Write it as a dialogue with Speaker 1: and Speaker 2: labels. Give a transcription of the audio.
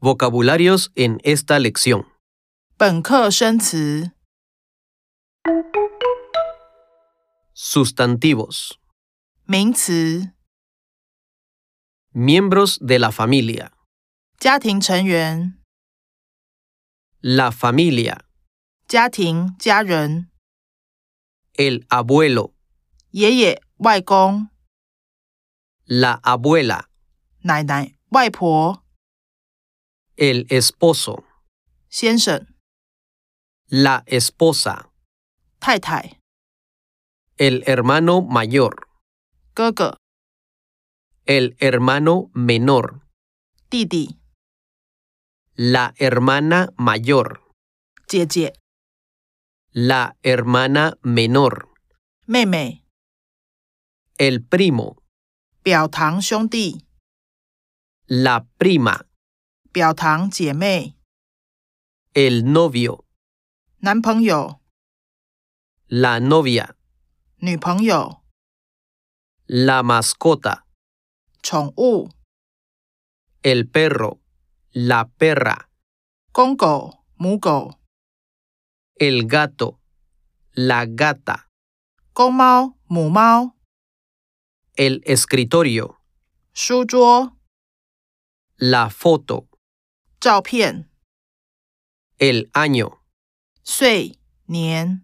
Speaker 1: Vocabularios en esta lección.
Speaker 2: 本课生词、
Speaker 1: Sustantivos.
Speaker 2: 名词、
Speaker 1: Miembros de la familia.
Speaker 2: 家庭成员、
Speaker 1: La familia.
Speaker 2: 家庭、家人、
Speaker 1: El abuelo.
Speaker 2: 爷爷、外公、
Speaker 1: La abuela.
Speaker 2: 奶奶、外婆、
Speaker 1: El esposo.
Speaker 2: 先生、
Speaker 1: La esposa.
Speaker 2: 太太、
Speaker 1: El hermano mayor.
Speaker 2: 哥哥、
Speaker 1: El hermano menor.
Speaker 2: 弟弟、
Speaker 1: La hermana mayor.
Speaker 2: 姐姐、
Speaker 1: La hermana menor.
Speaker 2: 妹妹、
Speaker 1: El primo.
Speaker 2: 表堂兄弟、
Speaker 1: La prima.
Speaker 2: 表堂姐妹、
Speaker 1: El novio.
Speaker 2: 男朋友、
Speaker 1: La novia.
Speaker 2: 女朋友、
Speaker 1: La mascota.
Speaker 2: 宠物、
Speaker 1: El perro. La perra.
Speaker 2: 公狗、母狗、
Speaker 1: El gato. La gata.
Speaker 2: 公猫、母猫、
Speaker 1: El escritorio.
Speaker 2: 书桌、
Speaker 1: La foto.
Speaker 2: 照片、
Speaker 1: El año.
Speaker 2: 岁、年。